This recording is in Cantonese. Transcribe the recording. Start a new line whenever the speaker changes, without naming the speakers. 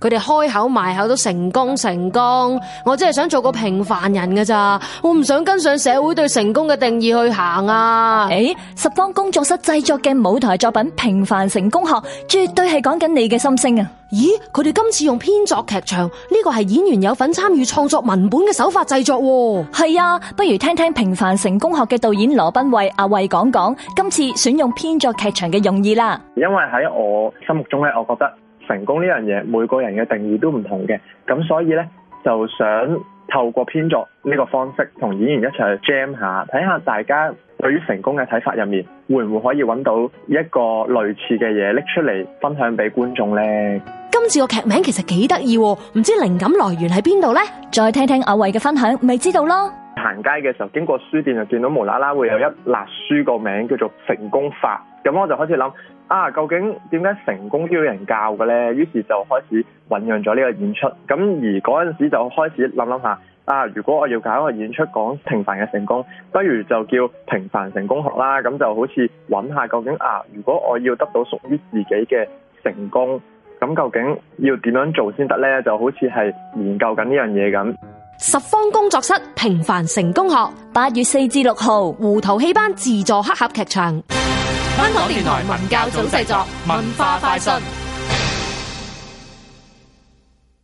佢哋開口埋口都成功成功，我真係想做個平凡人㗎咋，我唔想跟上社會對成功嘅定義去行啊！
誒，十方工作室製作嘅舞台作品《平凡成功學》，絕對係講緊你嘅心聲啊！
咦，佢哋今次用編作劇場，呢個係演員有份參與創作文本嘅手法製作喎。
係啊，不如聽聽《平凡成功學》嘅導演羅賓惠阿惠講講今次選用編作劇場嘅用意啦。
因為喺我心目中咧，我覺得成功呢樣嘢每個人嘅定義都唔同嘅，咁所以咧就想透過編作呢個方式，同演員一齊去 jam 下，睇下大家對於成功嘅睇法入面，會唔會可以揾到一個類似嘅嘢拎出嚟分享俾觀眾咧？
今次個劇名其實幾得意喎，唔知靈感來源喺邊度呢？
再聽聽阿惠嘅分享，咪知道咯。
行街嘅時候，經過書店就見到無啦啦會有一辣書個名叫做《成功法》，咁我就開始諗啊，究竟點解成功都要人教嘅呢？於是就開始醖釀咗呢個演出。咁而嗰陣時就開始諗諗下啊，如果我要搞一個演出講平凡嘅成功，不如就叫平凡成功學啦。咁就好似揾下究竟啊，如果我要得到屬於自己嘅成功，咁究竟要點樣做先得呢？就好似係研究緊呢樣嘢咁。
十方工作室平凡成功學，
八月四至六號。
胡桃戲班自助黑盒劇場。
香港電台文教組製作，文化快訊。